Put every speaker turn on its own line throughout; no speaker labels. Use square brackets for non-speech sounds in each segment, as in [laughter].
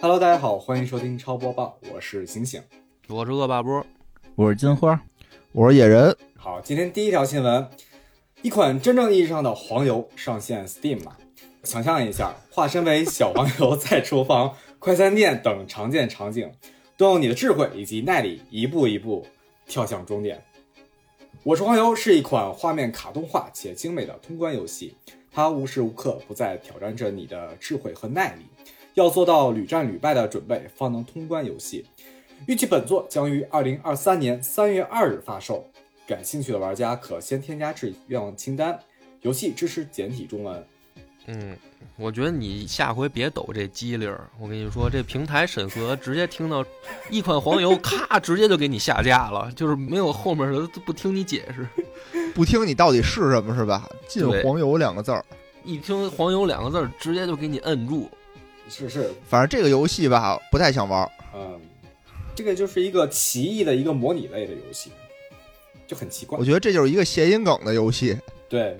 Hello，大家好，欢迎收听超播报，我是醒醒。
我是恶霸波，
我是金花，
我是野人，
好，今天第一条新闻，一款真正意义上的黄油上线 Steam 了。想象一下，化身为小黄油在厨房、快餐店等常见场景，动用你的智慧以及耐力，一步一步跳向终点。我是黄油是一款画面卡通化且精美的通关游戏，它无时无刻不在挑战着你的智慧和耐力。要做到屡战屡败的准备，方能通关游戏。预计本作将于二零二三年三月二日发售，感兴趣的玩家可先添加至愿望清单。游戏支持简体中文。
嗯，我觉得你下回别抖这机灵儿，我跟你说，这平台审核直接听到一款黄油，咔，直接就给你下架了，就是没有后面的不听你解释，
不听你到底是什么是吧？进
对
黄油两个字儿，
一听黄油两个字儿，直接就给你摁住。
是是，
反正这个游戏吧不太想玩儿。
嗯，这个就是一个奇异的一个模拟类的游戏，就很奇怪
我。觉得这就是一个谐音梗的游戏。
对，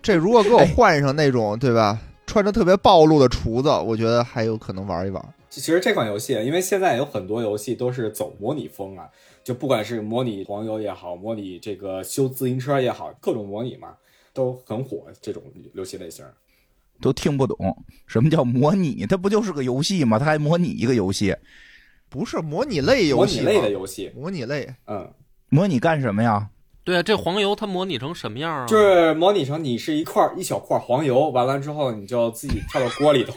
这如果给我换上那种对吧，穿着特别暴露的厨子，我觉得还有可能玩一玩。
其实这款游戏，因为现在有很多游戏都是走模拟风啊，就不管是模拟黄油也好，模拟这个修自行车也好，各种模拟嘛，都很火这种游戏类型。
都听不懂什么叫模拟，它不就是个游戏吗？它还模拟一个游戏，
不是模拟类游
模拟
戏，
类的，游戏，
模拟类。
嗯，
模拟干什么呀？
对啊，这黄油它模拟成什么样啊？
就是模拟成你是一块一小块黄油，完了之后你就自己跳到锅里头。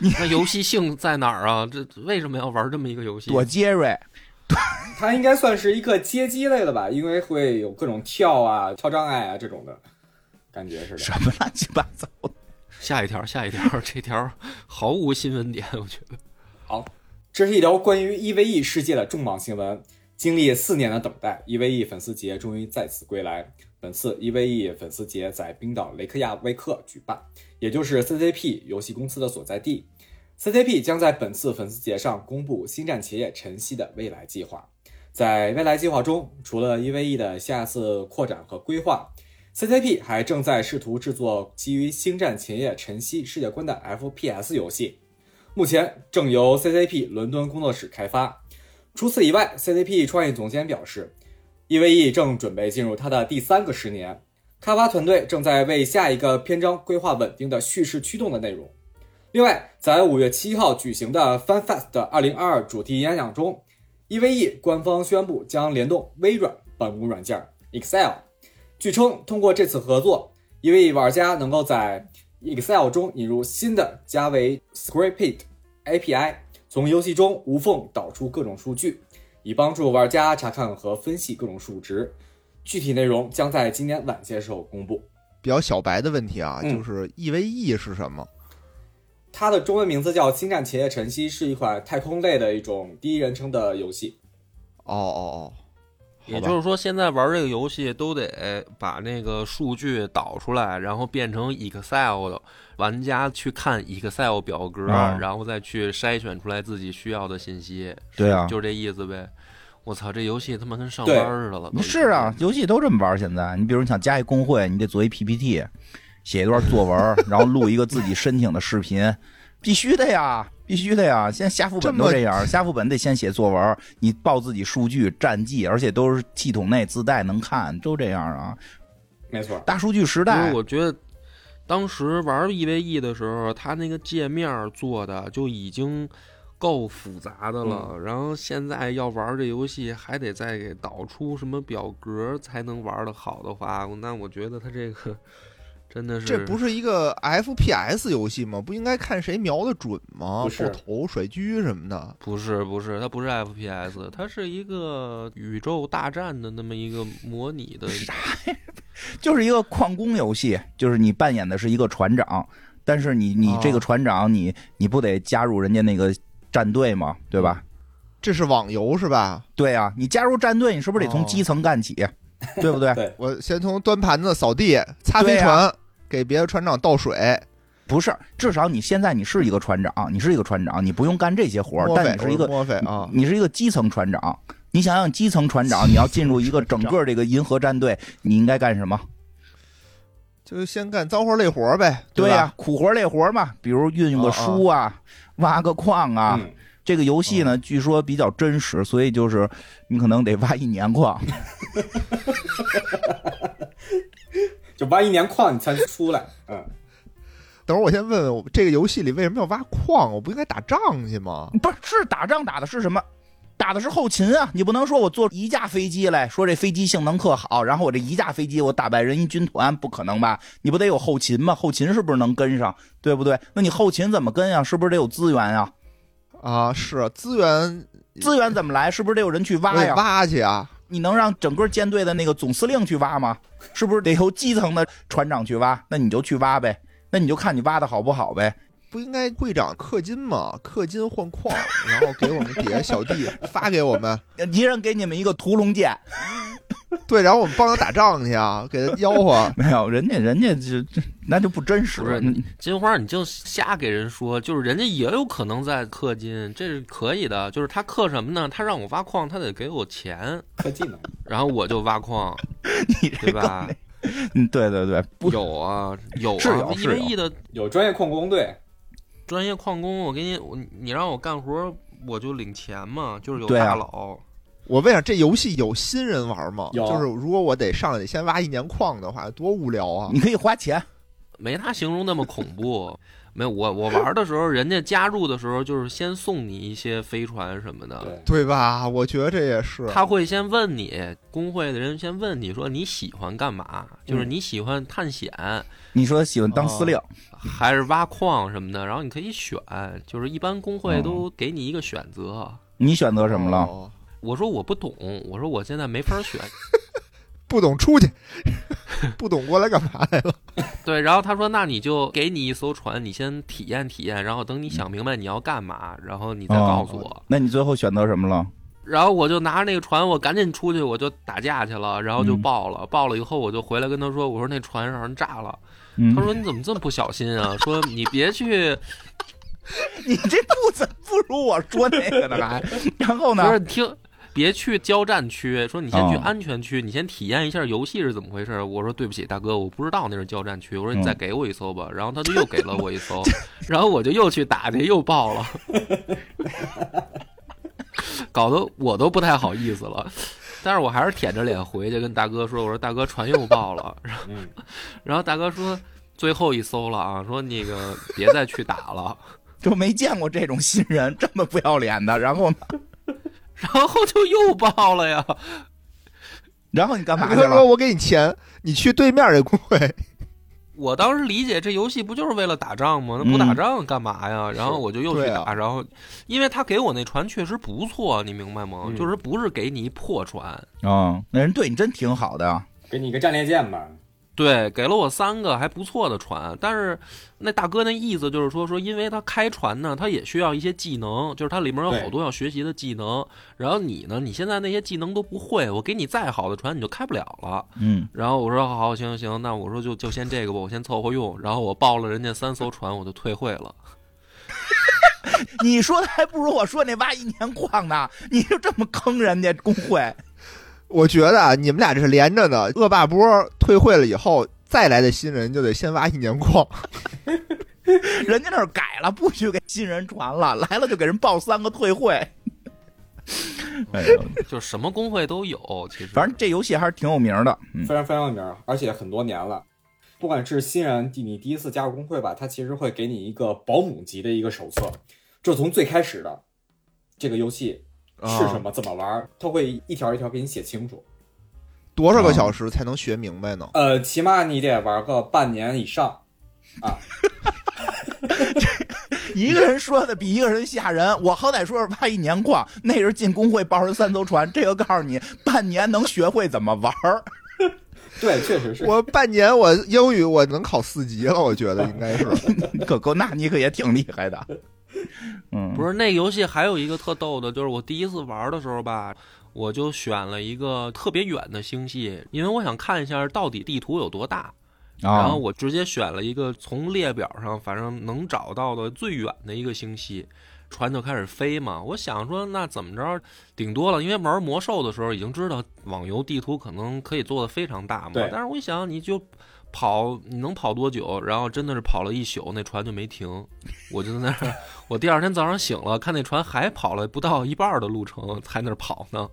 那游戏性在哪儿啊？这为什么要玩这么一个游戏？
躲杰瑞，
它应该算是一个街机类的吧，因为会有各种跳啊、跳障碍啊这种的感觉似
什
的。
么乱七八糟的？
下一条，下一条，这条毫无新闻点，我觉得。
这是一条关于 EVE 世界的重磅新闻。经历四年的等待，EVE 粉丝节终于再次归来。本次 EVE 粉丝节在冰岛雷克雅未克举办，也就是 CCP 游戏公司的所在地。CCP 将在本次粉丝节上公布星战企业晨曦的未来计划。在未来计划中，除了 EVE 的下次扩展和规划，CCP 还正在试图制作基于《星战前夜晨曦》世界观的 FPS 游戏，目前正由 CCP 伦敦工作室开发。除此以外，CCP 创意总监表示，EVE 正准备进入它的第三个十年，开发团队正在为下一个篇章规划稳定的叙事驱动的内容。另外，在五月七号举行的 FanFest 2022主题演讲中，EVE 官方宣布将联动微软办公软件 Excel。据称，通过这次合作，EVE 玩家能够在 Excel 中引入新的加为 Script API，从游戏中无缝导出各种数据，以帮助玩家查看和分析各种数值。具体内容将在今年晚些时候公布。
比较小白的问题啊，
嗯
就是 EVE 是什么？
它的中文名字叫《星战前夜晨曦》，是一款太空类的一种第一人称的游戏。
哦哦哦，
也就是说，现在玩这个游戏都得把那个数据导出来，然后变成 Excel 的，玩家去看 Excel 表格，
啊
然后再去筛选出来自己需要的信息。
对啊
就是这意思呗。我操，这游戏他妈跟上班似的了。
不是啊，，游戏都这么玩。现在你比如你想加一工会，你得做一 PPT，写一段作文， [laughs] 然后录一个自己申请的视频，必须的呀，必须的呀。现在下副本都
这么
这样，下副本得先写作文，你报自己数据、战绩，而且都是系统内自带能看，都这样啊。
没错，
大数据时
因
代
为，我觉得当时玩 EVE 的时候，它那个界面做的就已经够复杂的了，然后现在要玩这游戏还得再给导出什么表格才能玩的好的话，那我觉得它这个真的是
这不
是
是一个 FPS 游戏吗？不应该看谁瞄的准吗？
不是
爆头、甩狙什么的。
不是不是，它不是 FPS，它是一个宇宙大战的那么一个模拟的
啥就是一个矿工游戏，就是你扮演的是一个船长，但是你你
哦
这个船长你，你不得加入人家那个战队吗？对吧？
这是网游是吧？
对啊，你加入战队，你是不是得从
哦
基层干起？对不
[laughs]
对？
对
我先从端盘子、扫地、擦飞
对呀
船，给别的船长倒水。
不是，至少你现在你是一个船长，你是一个船长，你不用干这些活儿，
墨
但
菲，
你是一个嗯
墨菲啊，
你是一个基层船长。你想想，基层船长，你要进入一个整个这个银河战队，你应该干什么？
就先干脏活累活呗，
对呀、
吧？
苦活累活嘛，比如运
哦
个书啊，挖个矿啊。
嗯
这个游戏呢，
嗯
据说比较真实，所以就是你可能得挖一
[laughs]
年矿。
就挖一年矿你才能出来。嗯，
等会儿我先问问我，这个游戏里为什么要挖矿？我不应该打仗去吗？
不是，是打仗打的是什么？打的是后勤啊！你不能说我坐一架飞机来说这飞机性能特好，然后我这一架飞机我打败人一军团，不可能吧？你不得有后勤吗？后勤是不是能跟上？对不对？那你后勤怎么跟呀、啊是不是得有资源呀、
啊，是资源
资源怎么来？是不是得有人去
我
挖
得
呀？
挖去啊，
你能让整个舰队的那个总司令去挖吗？是不是得由基层的船长去挖？那你就去挖呗，那你就看你挖的好不好呗。
不应该会长氪金吗？氪金换
[laughs]
矿，然后给我们底下小弟发给我们，
一呃人给你们一个屠龙剑，
对，然后我们帮他打仗去啊，给他吆喝。
[laughs] 没有人家人家就就那就不真实
不是
嗯
金花，你净瞎给人说，就是人家也有可能在氪金，这是可以的。就是他氪什么呢？他让我挖矿，他得给我钱，
科技能，
然后我就挖矿，
[laughs] 你
对吧？
嗯，对对对，不
有啊，有
是有
啊，
是
一 v
有
一的
有专业矿工队，
专业矿工，我给你，我你让我干活，我就领钱嘛，就是有
对啊
大佬。
我问一下，这游戏有新人玩吗？
有
就是如果我得上来得先挖一年矿的话，多无聊啊！
你可以花钱，
没他形容那么恐怖。没有我我玩的时候，人家加入的时候就是先送你一些飞船什么的，
对，
对吧？我觉得这也是。
他会先问你，工会的人先问你说你喜欢干嘛，就是你喜欢探险
你说喜欢当司令，
还是挖矿什么的，然后你可以选，就是一般工会都给你一个选择。
你选择什么了？
哦？
我说我不懂，我说我现在没法选。
不懂出去， [laughs] 不懂过来干嘛来了？
对，然后他说那你就给你一艘船，你先体验体验，然后等你想明白你要干嘛，然后你再告诉我。
那你最后选择什么了？
然后我就拿着那个船，我赶紧出去，我就打架去了，然后就爆了。爆了以后，我就回来跟他说：“我说那船让人炸了。”
嗯
他，说：“你怎么这么不小心啊？说你别去，
[laughs] 你这不怎不如我说那个呢还。然后
不
呢？
是你听，别去交战区，说你先去
哦
安全区，你先体验一下游戏是怎么回事。”我说：“对不起，大哥，我不知道那是交战区。”我说：“你
嗯
再给我一艘吧。然后他就又给了我一艘， [laughs] 然后我就又去打去，又爆了，搞得我都不太好意思了。但是我还是舔着脸回去跟大哥说：“我说大哥，船又爆了。”然后
嗯，
然后大哥说：“最后一艘了啊，说那个别再去打了。
就没见过这种新人这么不要脸的。然后呢？”
然后就又爆了呀。 [laughs]
然后你干嘛去
他说
了？
我给你钱，你去对面这工会。 [laughs]
我当时理解这游戏不就是为了打仗吗？那不打仗干嘛呀？然后我就又去
嗯对
打，
啊
然后因为他给我那船确实不错，你明白吗？
嗯
就是不是给你一破船，
嗯，那人对你真挺好的。
给你一个战列舰吧。
对，给了我三个还不错的船，但是那大哥那意思就是说说，因为他开船呢，他也需要一些技能，就是它里面有
对
好多要学习的技能。然后你呢，你现在那些技能都不会，我给你再好的船你就开不了了。
嗯，
然后我说好好行行，那我说就就先这个吧，我先凑合用。然后我报了人家三艘船，我就退会了。
你说的还不如我说那挖一年矿呢。你就这么坑人家工会？
我觉得啊，你们俩这是连着的。恶霸波退会了以后，再来的新人就得先挖一年矿。 [laughs]
人家那儿改了，不许给新人传了，来了就给人报三个退会。哎呦，
就是什么工会都有，其实
反正这游戏还是挺有名的。嗯，
非常非常有名儿，而且很多年了。不管是新人第你第一次加入工会吧，他其实会给你一个保姆级的一个手册，就从最开始的这个游戏是什么、怎么玩儿，他会一条一条给你写清楚。
多少个小时才能学明白呢？ [laughs]
呃，起码你得玩个半年以上。
一个人说的比一个人吓人。我好歹说是挖一年矿，那是进工会抱着三艘船，这个告诉你半年能学会怎么玩儿。
对，确实是。
我半年我英语我能考四级了，我觉得应该是。 [laughs]
可够，那你可也挺厉害的。嗯，
不是那游戏还有一个特逗的，就是我第一次玩的时候吧，我就选了一个特别远的星系，因为我想看一下到底地图有多大。
啊
然后我直接选了一个从列表上反正能找到的最远的一个星系，船就开始飞嘛。我想说那怎么着，顶多了，因为玩魔兽的时候已经知道网游地图可能可以做的非常大嘛
对。
但是我一想，你就跑你能跑多久？然后真的是跑了一宿，那船就没停。我就在那儿，我第二天早上醒了，看那船还跑了不到一半的路程，还在那儿跑呢。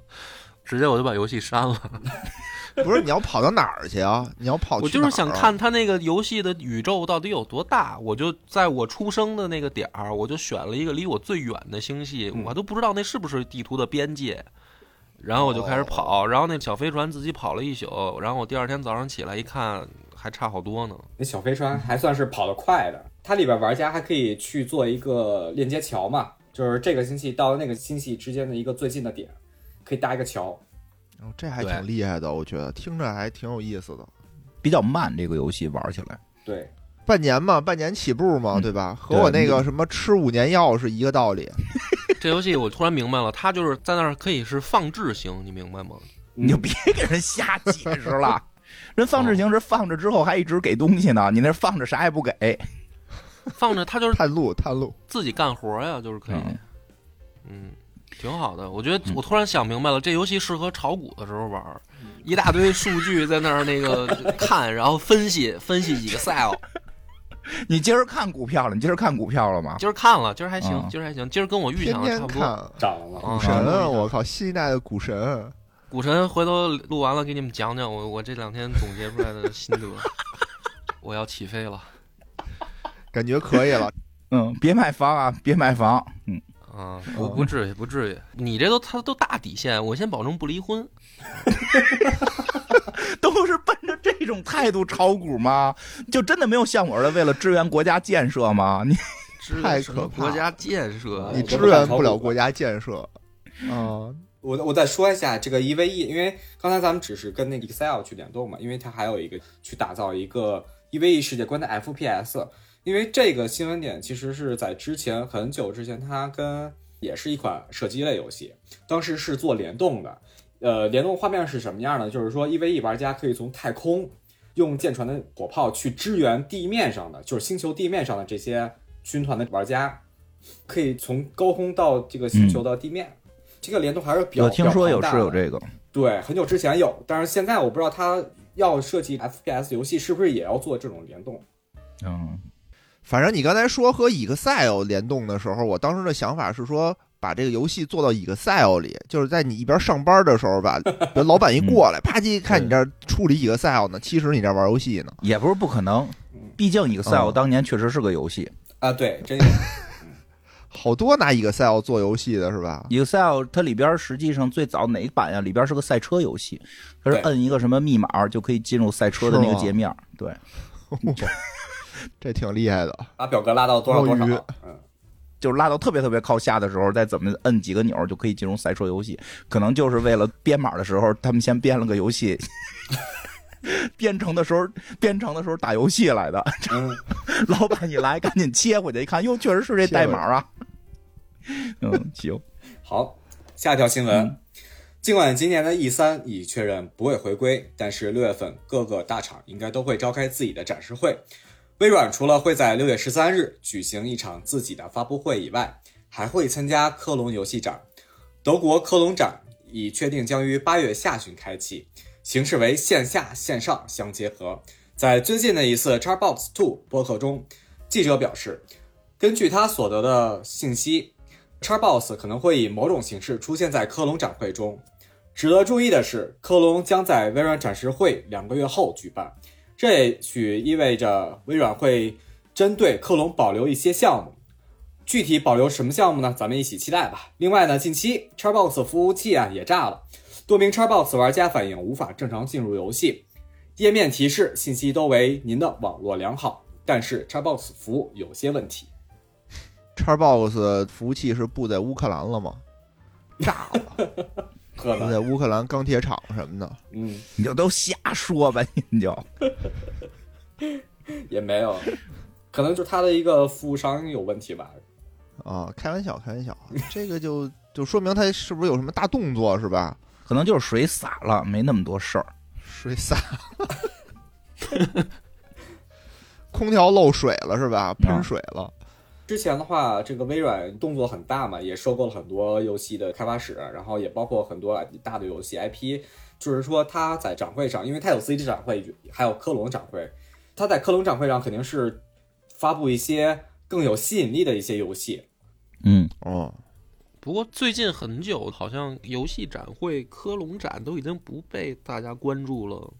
直接我就把游戏删了。
不是你要跑到哪儿去啊？你要跑去
我就是
哪儿
想
啊
看他那个游戏的宇宙到底有多大。我就在我出生的那个点儿，我就选了一个离我最远的星系，
嗯
我都不知道那是不是地图的边界。然后我就
哦
开始跑，然后那小飞船自己跑了一宿，然后我第二天早上起来一看，还差好多呢。
那小飞船还算是跑得快的，它里边玩家还可以去做一个链接桥嘛，就是这个星系到那个星系之间的一个最近的点，可以搭一个桥。
哦这还
对
挺厉害的，我觉得听着还挺有意思的。
比较慢，这个游戏玩起来。
对，
半年嘛，半年起步嘛，
嗯
对吧？和
对
我那
你
个什么吃五年药是一个道理。
这游戏我突然明白了，它就是在那儿可以是放置型，你明白吗？
你
嗯
就别给人瞎解释了。人
哦
放置型是放着之后还一直给东西呢，你那放着啥也不给。
放着它就是
探路，探路，
自己干活呀，就是可以，
嗯
嗯，挺好的。我觉得
嗯
我突然想明白了，这游戏适合炒股的时候玩儿，一大堆数据在那儿那个看，然后分析分析几个 Excel。
你今儿看股票了？你今儿看股票了吗？
今儿看了，今儿还行
嗯，
今儿还行，今儿跟我预
天
想的
天
差不多。
看
涨了吗？
嗯
股神
嗯
啊！我靠，新一代的股神，啊
股神回头录完了给你们讲讲我我这两天总结出来的心得。 [laughs] 我要起飞了
感觉可以了。
嗯，别买房啊，别买房。嗯，
哦
啊！不不至于，不至于。你这都他都大底线，我先保证不离婚。
[laughs] 都是奔着这种态度炒股吗？就真的没有像我似的为了支援国家建设吗？你
支
太
援什么
可怕
国
了
家建设
啊，
你
我
支
都不敢
援
炒
不了
股
国家建设啊！
我我再说一下这个 EVE，因为刚才咱们只是跟那个 Excel 去联动嘛，因为它还有一个去打造一个 EVE 世界观的 FPS。因为这个新闻点其实是在之前很久之前，它跟也是一款射击类游戏，当时是做联动的。呃，联动画面是什么样呢？就是说 EVE 玩家可以从太空用舰船的火炮去支援地面上的，就是星球地面上的这些军团的玩家，可以从高空到这个星球的地面。这个联动还是比较
有听说有
比较庞大
是
的
有这个，
对，很久之前有，但是现在我不知道它要设计 FPS 游戏是不是也要做这种联动。
嗯，
反正你刚才说和 Excel 联动的时候，我当时的想法是说，把这个游戏做到 Excel 里，就是在你一边上班的时候吧，比如老板一过来，啪叽一看你这儿处理 Excel 呢，其实你这儿玩游戏呢。
也不是不可能
嗯。
毕竟 Excel
嗯
当年确实是个游戏
啊，对，
[laughs]
真有
好多拿 Excel 做游戏的是吧？
，Excel 它里边实际上最早哪一版呀？里边是个赛车游戏，它是
对
摁一个什么密码就可以进入赛车的那
是
个
吗
界面。对，
这挺厉害的。
把表格拉到多少多少
摸鱼，
嗯，
就是拉到特别特别靠下的时候，再怎么摁几个钮儿就可以进入赛车游戏。可能就是为了编码的时候，他们先编了个游戏， [laughs] 编程的时候编程的时候打游戏来的。 [laughs]
嗯，
老板一来，赶紧切回去，一看，哟，确实是这代码啊。 [laughs] 嗯，行，
好，下一条新闻。
嗯
尽管今年的 E 3已确认不会回归，但是六月份各个大厂应该都会召开自己的展示会。微软除了会在六月十三日举行一场自己的发布会以外，还会参加科隆游戏展。德国科隆展已确定将于八月下旬开启，形式为线下线上相结合。在最近的一次 Xbox Two 播客中，记者表示，根据他所得的信息，Xbox 可能会以某种形式出现在科隆展会中。值得注意的是，科隆将在微软展示会两个月后举办，这也许意味着微软会针对科隆保留一些项目。具体保留什么项目呢？咱们一起期待吧。另外呢，近期 Xbox 服务器啊也炸了，多名 Xbox 玩家反映无法正常进入游戏，页面提示信息都为您的网络良好，但是 Xbox 服务有些问题。
Xbox 服务器是布在乌克兰了吗？炸了，
可
布
能，
在乌克兰钢铁厂什么的。
嗯，
你就都瞎说吧，你就
也没有，可能就是它的一个服务商有问题吧。
啊，开玩笑，开 [laughs] 玩笑，这个就就说明他是不是有什么大动作是吧？
可能就是水洒了，没那么多事儿。
水洒了， [laughs] 空调漏水了是吧？喷水了，
之前的话，这个微软动作很大嘛，也收购了很多游戏的开发室，然后也包括很多大的游戏 IP。就是说，它在展会上，因为它有自己的展会，还有科隆展会，它在科隆展会上肯定是发布一些更有吸引力的一些游戏。
嗯，
哦，
不过最近很久，好像游戏展会、科隆展都已经不被大家关注了。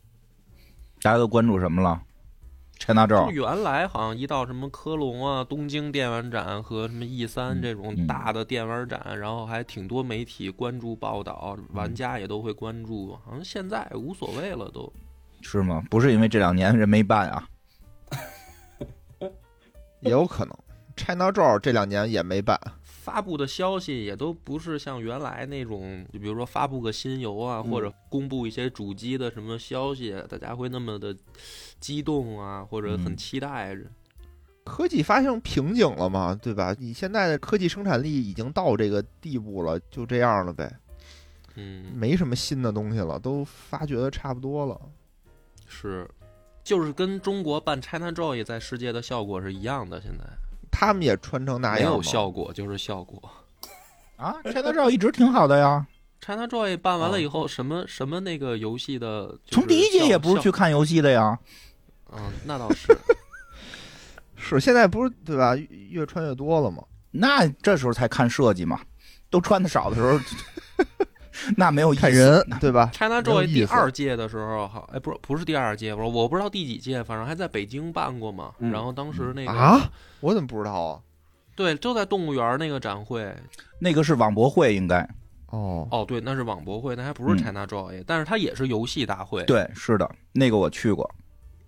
大家都关注什么了？China
就
Joe，
原来好像一到什么科隆啊、东京电玩展和什么 E 三
嗯
这种
嗯
大的电玩展，然后还挺多媒体关注报道，玩家也都会关注。好像现在无所谓了都。
是吗？不是因为这两年人没办啊？
也有可能。China Joe 这两年也没办，
发布的消息也都不是像原来那种，就比如说发布个新游啊，
嗯
或者公布一些主机的什么消息，大家会那么的激动啊，或者很
嗯
期待着。
科技发现瓶颈了嘛，对吧？你现在的科技生产力已经到这个地步了，就这样了呗，
嗯，
没什么新的东西了，都发掘的差不多了。
是，就是跟中国办 China Joy 在世界的效果是一样的，现在
他们也穿成那
没
样
有
吗
效果就是效果。
啊，China Joe 一直挺好的呀，
China Joy 办完了以后，
啊
什么什么那个游戏的，就是
从第一届也不是去
效
看游戏的呀。
效嗯，那倒
[laughs]
是
是现在不是对吧？越穿越多了嘛。
那这时候才看设计嘛，都穿的少的时候， [laughs] 那没有意思
看人对吧？
China
没有
Joy
意
第
思
二届的时候，好，哎，不是不是第二届，我我不知道第几届，反正还在北京办过嘛。
嗯
然后当时那个
啊，我怎么不知道啊？
对，就在动物园那个展会。
那个是网博会应该
哦，
哦，对，那是网博会，那还不是
嗯
China Joy，、但是它也是游戏大会。，
对，是的，那个我去过，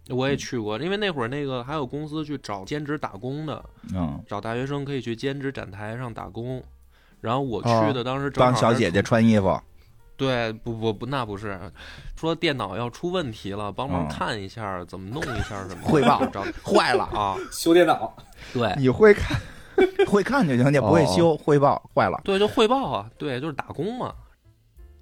我也去过，因为那会儿那个还有公司去找兼职打工的，
嗯，
找大学生可以去兼职展台上打工。然后我去
哦
的当时正好
帮小
是
姐姐穿衣服，
对，不不不，那不是，说电脑要出问题了，帮忙
嗯
看一下儿，怎么弄一下儿什么的，
汇报
找
坏了，
啊，
修电脑，
对
你会看
会看就行，也不会
哦
修，汇报坏了，
对，就汇报啊，对，就是打工嘛。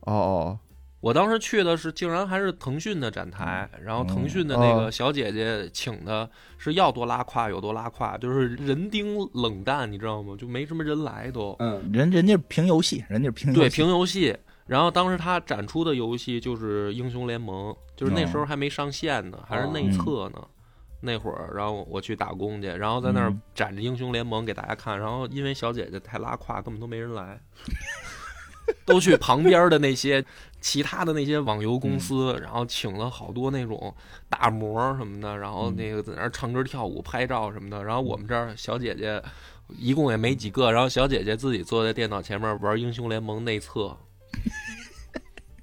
哦哦，
我当时去的是，竟然还是腾讯的展台，
嗯
然后
哦
腾讯的那个小姐姐请的是要多拉胯有多拉胯，就是人丁冷淡，你知道吗？就没什么人来都。
嗯，
人人家凭游戏，人家凭游戏
对，评游戏。然后当时他展出的游戏就是《英雄联盟》，就是那时
哦
候还没上线呢，还是
嗯
内测呢。那会儿，然后我去打工去，然后在那儿
嗯
展着《英雄联盟》给大家看。然后因为小姐姐太拉胯，根本都没人
[laughs]
来，都去旁边的那些其他的那些网游公司，然后请了好多那种大模儿什么的，然后那个在那儿唱歌跳舞、拍照什么的。然后我们这儿小姐姐一共也没几个，然后小姐姐自己坐在电脑前面玩《英雄联盟》内测，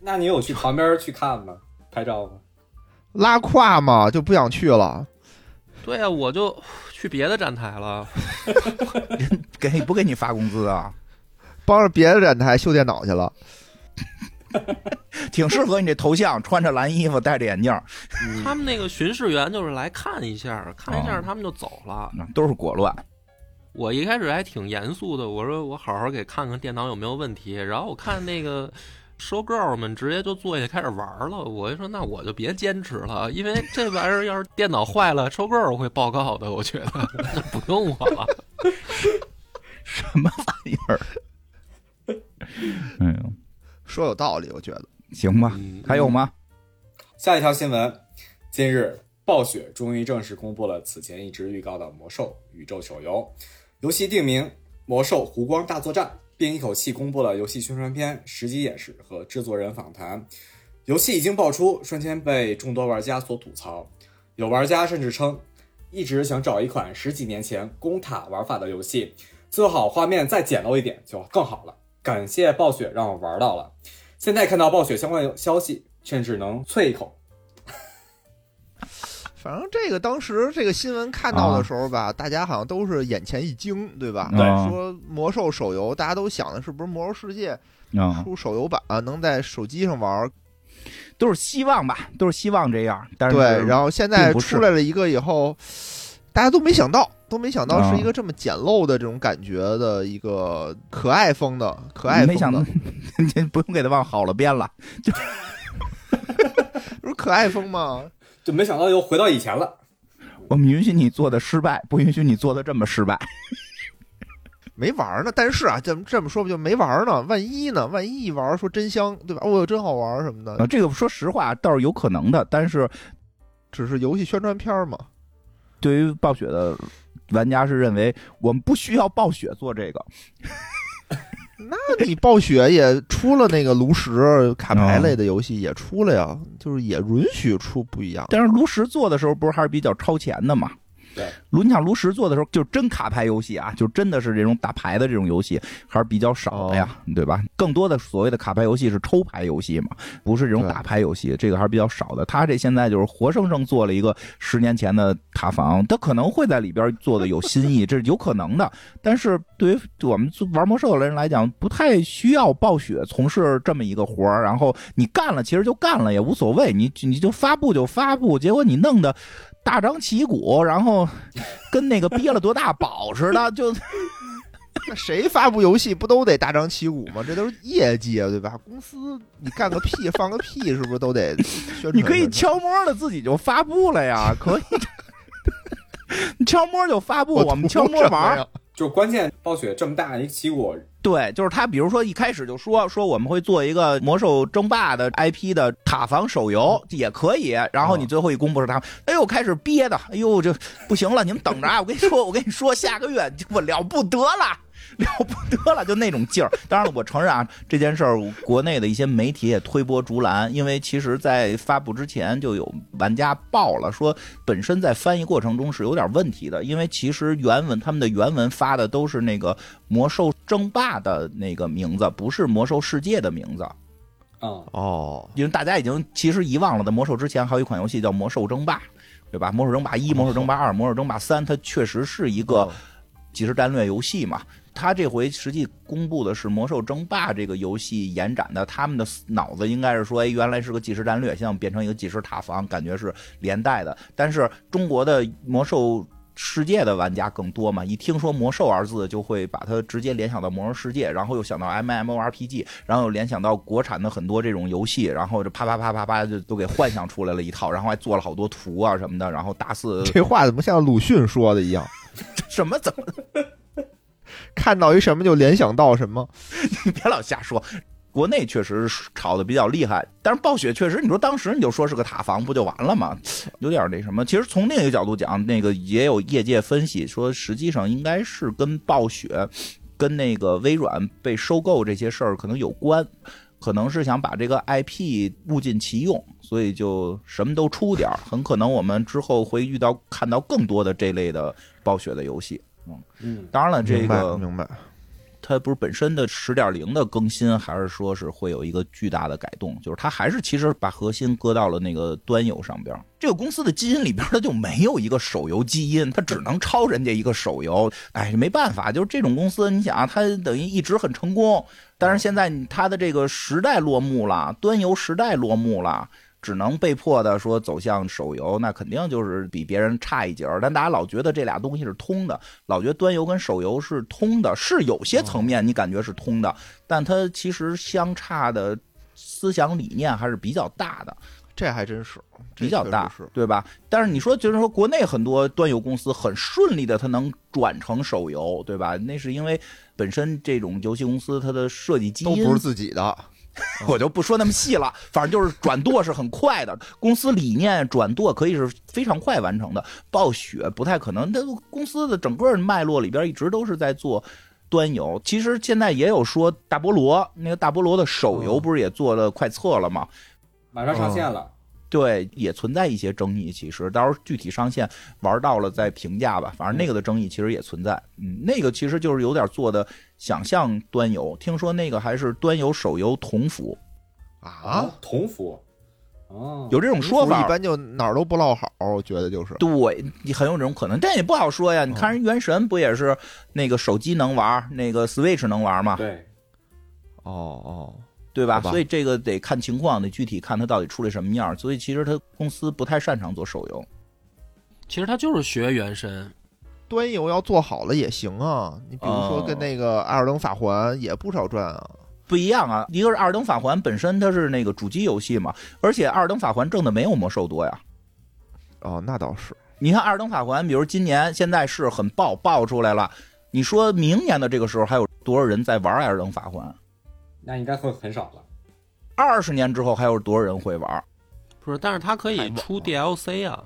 那你有去旁边去看吗？拍照吗？
拉胯嘛，就不想去了。
对啊，我就去别的展台了。
给不给你发工资啊？
帮着别的展台修电脑去了，
挺适合你这头像，穿着蓝衣服，戴着眼镜，
他们那个巡视员就是来看一下，看一下
哦
他们就走了。
嗯都是果乱，
我一开始还挺严肃的，我说我好好给看看电脑有没有问题。然后我看那 [laughs] 个收 girl 们直接就坐下开始玩了，我就说那我就别坚持了，因为这玩意儿要是电脑坏了，收 girl 会报告的，我觉 [laughs] 得那不用我了。
什么玩意儿？哎呦，
说有道理，我觉得。
行吧，
嗯
还有吗？
下一条新闻，近日，暴雪终于正式公布了此前一直预告的《魔兽宇宙手游》，游戏定名《魔兽湖光大作战》，并一口气公布了游戏宣传片、实际演示和制作人访谈。游戏一经爆出，瞬间被众多玩家所吐槽，有玩家甚至称，一直想找一款十几年前攻塔玩法的游戏，最好画面再简陋一点就更好了。感谢暴雪让我玩到了。现在看到暴雪相关消息，甚至能啐一口。
反正这个当时这个新闻看到的时候吧，大家好像都是眼前一惊，对吧？
啊嗯对
说魔兽手游，大家都想的是不是魔兽世界
嗯，
出手游版、啊能在手机上玩？
都是希望吧，都是希望这样，但是
对，然后现在
并不是
出来了一个以后，大家都没想到，都没想到
啊
是一个这么简陋的这种感觉的一个可爱风的可爱风的，
没想到， [laughs] 你不用给他往好了编了，
不是可爱风吗？
就没想到又回到以前了。
我们允许你做的失败，不允许你做的这么失败。
没玩儿呢，但是啊，这么这么说不就没玩儿呢？万一呢？万一一玩儿说真香，对吧？哦，真好玩
呃
儿什么的
啊，，这个说实话倒是有可能的，但是
只是游戏宣传片儿嘛。
对于暴雪的玩家是认为我们不需要暴雪做这个，
那你暴雪也出了那个炉石卡
啊
牌类的游戏也出了呀，就是也允许出不一样。
但是炉石做的时候不是还是比较超前的嘛？
对，
炉你想炉石做的时候，就是真卡牌游戏啊，就真的是这种打牌的这种游戏还是比较少的呀，对吧？更多的所谓的卡牌游戏是抽牌游戏嘛，不是这种
对
打牌游戏，这个还是比较少的。他这现在就是活生生做了一个十年前的塔防，他可能会在里边做的有新意，这是有可能的。但是对于我们玩魔兽的人来讲，不太需要暴雪从事这么一个活儿，然后你干了其实就干了也无所谓，你你就发布就发布，结果你弄的。大张旗鼓，然后跟那个憋了多大宝似的，就
那谁发布游戏不都得大张旗鼓吗？这都是业绩啊，对吧？公司你干个屁放个屁，是不是都得宣传？
你可以悄摸的自己就发布了呀，可以，
[laughs]
你悄摸就发布，
我
我们悄摸
图什么
玩
呀
儿。
就关键暴雪这么大一旗鼓，
对，就是他，比如说一开始就说说我们会做一个魔兽争霸的 IP 的塔防手游也可以，然后你最后一公布是他，哎呦开始憋的，哎呦这不行了，你们等着啊！我跟你说，我跟你说，下个月我了不得了。了不得了，就那种劲儿。当然了，我承认啊，这件事儿国内的一些媒体也推波助澜，因为其实，在发布之前就有玩家爆了，说本身在翻译过程中是有点问题的，因为其实原文他们的原文发的都是那个魔兽争霸的那个名字，不是魔兽世界的名字。
嗯，
哦，
因为大家已经其实遗忘了，在魔兽之前还有一款游戏叫《魔兽争霸》，对吧？《魔兽争霸一》《魔兽嗯争霸二》《魔兽争霸三》，它确实是一个即时战略游戏嘛。它这回实际公布的是《魔兽争霸》这个游戏延展的，他们的脑子应该是说，哎，原来是个即时战略，现在我们变成一个即时塔防，感觉是连带的。但是中国的魔兽。世界的玩家更多嘛？一听说“魔兽”二字，就会把它直接联想到魔兽世界，然后又想到 MMORPG，然后又联想到国产的很多这种游戏，然后就啪啪啪啪啪就都给幻想出来了一套，然后还做了好多图啊什么的，然后大肆 [laughs]
这话怎么像鲁迅说的一样？
什么怎么
看到一什么就联想到什么？
你 [laughs] 别老瞎说。国内确实是炒的比较厉害，但是暴雪确实，你说当时你就说是个塔防不就完了吗？有点那什么。其实从另一个角度讲，那个也有业界分析说，实际上应该是跟暴雪、跟那个微软被收购这些事儿可能有关，可能是想把这个 IP 物尽其用，所以就什么都出点儿。很可能我们之后会遇到看到更多的这类的暴雪的游戏。
嗯，
当然了，这
明白
个
明白。
它不是本身的十点零的更新，还是说是会有一个巨大的改动？就是它还是其实把核心搁到了那个端游上边儿。这个公司的基因里边儿它就没有一个手游基因，它只能抄人家一个手游。哎，没办法，就是这种公司，你想啊，它等于一直很成功，但是现在它的这个时代落幕了，端游时代落幕了。只能被迫的说走向手游，那肯定就是比别人差一截儿。但大家老觉得这俩东西是通的，老觉得端游跟手游是通的，是有
哦
些层面你感觉是通的，但它其实相差的思想理念还是比较大的。
这还真是
比较大
是，
对吧？但是你说，就是说，国内很多端游公司很顺利的，它能转成手游，对吧？那是因为本身这种游戏公司它的设计基
都
因
不是自己的。啊
[laughs] 我就不说那么细了，反正就是转舵是很快的，公司理念转舵可以是非常快完成的。暴雪不太可能，那公司的整个脉络里边一直都是在做。端游其实现在也有说大菠萝，那个大菠萝的手游
哦
不是也做了快测了吗？
马上上线了，
对，也存在一些争议。其实到时候具体上线玩到了再评价吧，反正那个的争议其实也存在。嗯，那个其实就是有点做的想象端游，听说那个还是端游手游同服，
啊，
同服，哦，
有这种说
不是
法
一。般就哪儿都不落好，我觉得就是
对，你很有这种可能，但也不好说
嗯
呀。你看人《原神》不也是那个手机能玩，那个 Switch 能玩嘛，
对，
哦哦，
对吧？
好吧
所以这个得看情况，得具体看它到底出来什么样儿。所以其实它公司不太擅长做手游，
[laughs] 其实他就是学原神，
端游要做好了也行啊。你比如说
哦
跟那个《艾尔登法环》也不少赚啊。
不一样啊。一个是《二等法环》本身它是那个主机游戏嘛，而且《二等法环》挣的没有魔兽多呀。
哦，那倒是，
你看《二等法环》，比如今年现在是很爆爆出来了，你说明年的这个时候还有多少人在玩《二等法环》？
那应该会很少了。
二十年之后还有多少人会玩？
不是？但是他可以出 DLC 啊，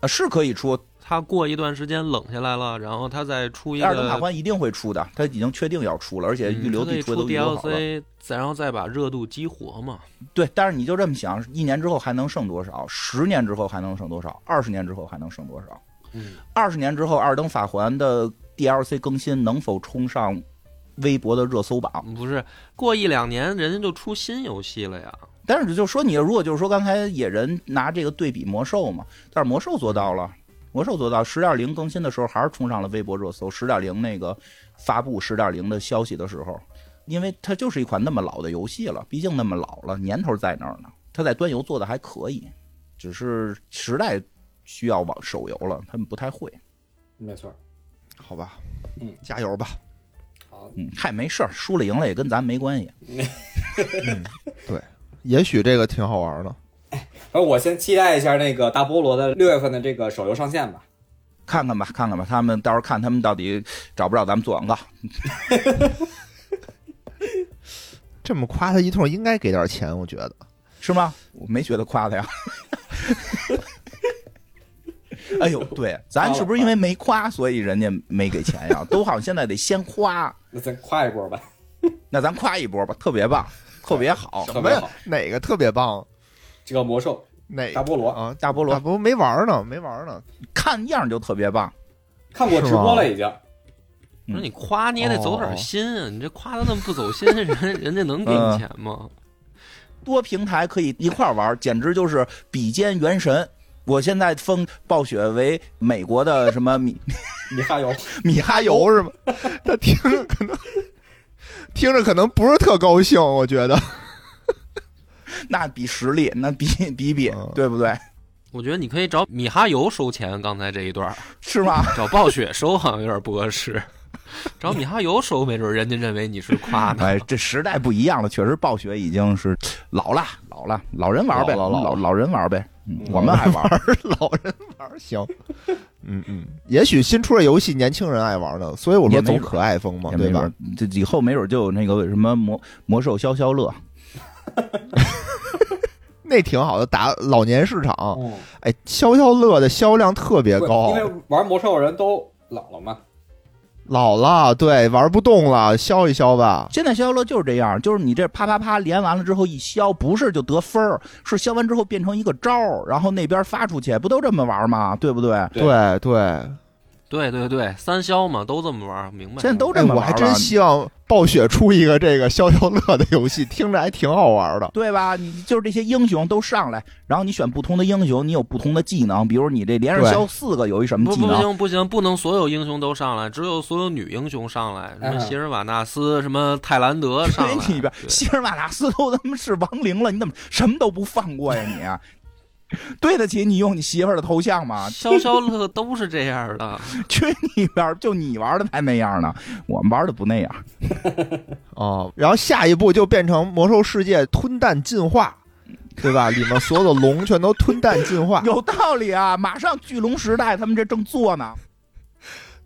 啊，是可以出，
它过一段时间冷下来了，然后它再出一
《
个
二等法官》一定会出的，他已经确定要出了，而且预
嗯它
留
可
地
以
出
出
的都预留好了。
DLC，再然后再把热度激活嘛。
对，但是你就这么想，一年之后还能剩多少？十年之后还能剩多少？二十年之后还能剩多少？
嗯，
二十年之后，《二等法环》的 DLC 更新能否冲上微博的热搜榜？
不是，过一两年人家就出新游戏了呀。
但是就说你如果就是说刚才野人拿这个对比魔兽嘛，但是魔兽做到了，魔兽做到十点零更新的时候还是冲上了微博热搜，十点零那个发布十点零的消息的时候，因为它就是一款那么老的游戏了，毕竟那么老了，年头在那儿呢。它在端游做的还可以，只是时代需要往手游了，他们不太会。
没错。
好吧，
嗯，
加油吧。
好，
嗯，嗨，没事儿，输了赢了也跟咱没关系。
也许这个挺好玩的，
而呃我先期待一下那个大菠萝的六月份的这个手游上线吧。
看看吧，看看吧，他们到时候看他们到底找不找咱们做广告。
这么夸他一通，应该给点钱，我觉得。
是吗？我没觉得夸他呀。哎呦，对，咱是不是因为没夸，所以人家没给钱呀？都好像现在得先夸，
那咱夸一波吧，
那咱夸一波吧，特别棒，特别好。
特别好。
哪个特别棒？
这个魔兽
哪
大菠萝
啊？
大菠
我
萝
不没玩呢，没玩 [laughs] 呢。
看样就特别棒，
看过直播了已经，
嗯哦
不是你夸你也得走点心啊！你这夸他那么不走心，人人家能给
嗯
你钱吗？
多平台可以一块儿玩，简直就是比肩元神。我现在封暴雪为美国的什么米
你还有
米哈
加 [laughs]
游，
油是吗？他听着可能听着可能不是特高兴，我觉得。
那比实力，那比比比
嗯，
对不对？
我觉得你可以找米哈游收钱，刚才这一段儿
是吗？
找暴雪收好像有点不合适，找米哈游收没准人家认为你是夸呢。
[laughs] 哎，这时代不一样了，确实暴雪已经是老了，老了，老人玩呗，
老
老
了老了
老人玩呗，嗯
嗯
我们还玩。
[laughs] 老人玩儿行，嗯嗯，也许新出的游戏年轻人爱玩呢，所以我说
也没
走
准儿
可爱风嘛，
[laughs] 也
对
没
吧
准？，这以后没准就有那个什么魔魔兽消消乐，
那挺好的，打老年市场，
嗯，
哎，消消乐的销量特别
不是
高
因，为玩魔兽的人都老了嘛。
老了，对，玩不动了，消一消吧。
现在消消乐就是这样，就是你这啪啪啪连完了之后一消，不是就得分儿，是消完之后变成一个招儿，然后那边发出去，不都这么玩吗？对不对？
对
对
对
对，
对对，三消嘛，都这么玩儿，明白
现在？都这
哎，
么
我
玩
还
了，
真希望暴雪出一个这个消消乐的游戏，听着还挺好玩的。
对吧？你就是这些英雄都上来，然后你选不同的英雄，你有不同的技能，比如你这连着
对
消四个，有一什么
不
技
不
能？
行不行，不能所有英雄都上来，只有所有女英雄上来，什么
嗯
席尔瓦纳斯，什么泰兰
[laughs]
德上来。
里边
对
希尔瓦纳斯都他妈是亡灵了，你怎么什么都不放过呀你、啊对得起你用你媳妇儿的头像吗？ [laughs]
消消乐都是这样的，
去你边儿！就你玩的才那样呢，我们玩的不那样。
[laughs] 哦，然后下一步就变成魔兽世界吞蛋进 [laughs] 化，对吧？里面所有的龙全都吞蛋进化，
有道理啊！马上巨龙时代，他们这正做
[laughs]
呢。
嗯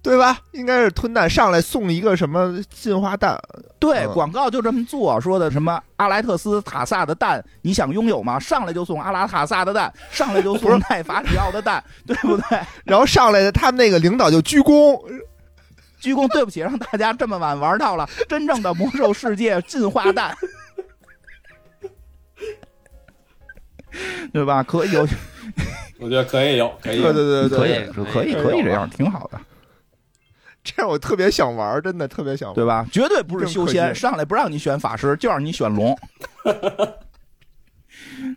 对吧？应该是吞蛋上来送一个什么进化蛋，
对，
嗯
广告就这么做，说的什么阿莱特斯塔萨的蛋，你想拥有吗？上来就送阿拉塔萨的蛋，上来就送奈法里奥的蛋，对不对？
然后上来的他们那个领导就鞠躬，
鞠躬，对不起，让大家这么晚玩到了真正的魔兽世界进化 [laughs] 蛋，对吧？可以有，
我觉得可以有，可以
对
有
对对对，
可以
对，
可以，可以这样，挺好的，
这样我特别想玩，真的特别想玩。
对吧？绝对不是修
更可
仙，
以
上来不让你选法师，就让你选 [laughs] 龙。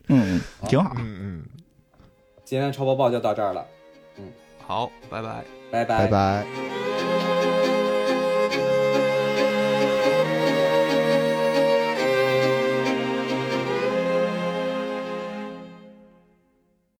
嗯，挺好，
嗯嗯，
今天超播报就到这儿了，
好，拜拜。
拜拜
拜拜。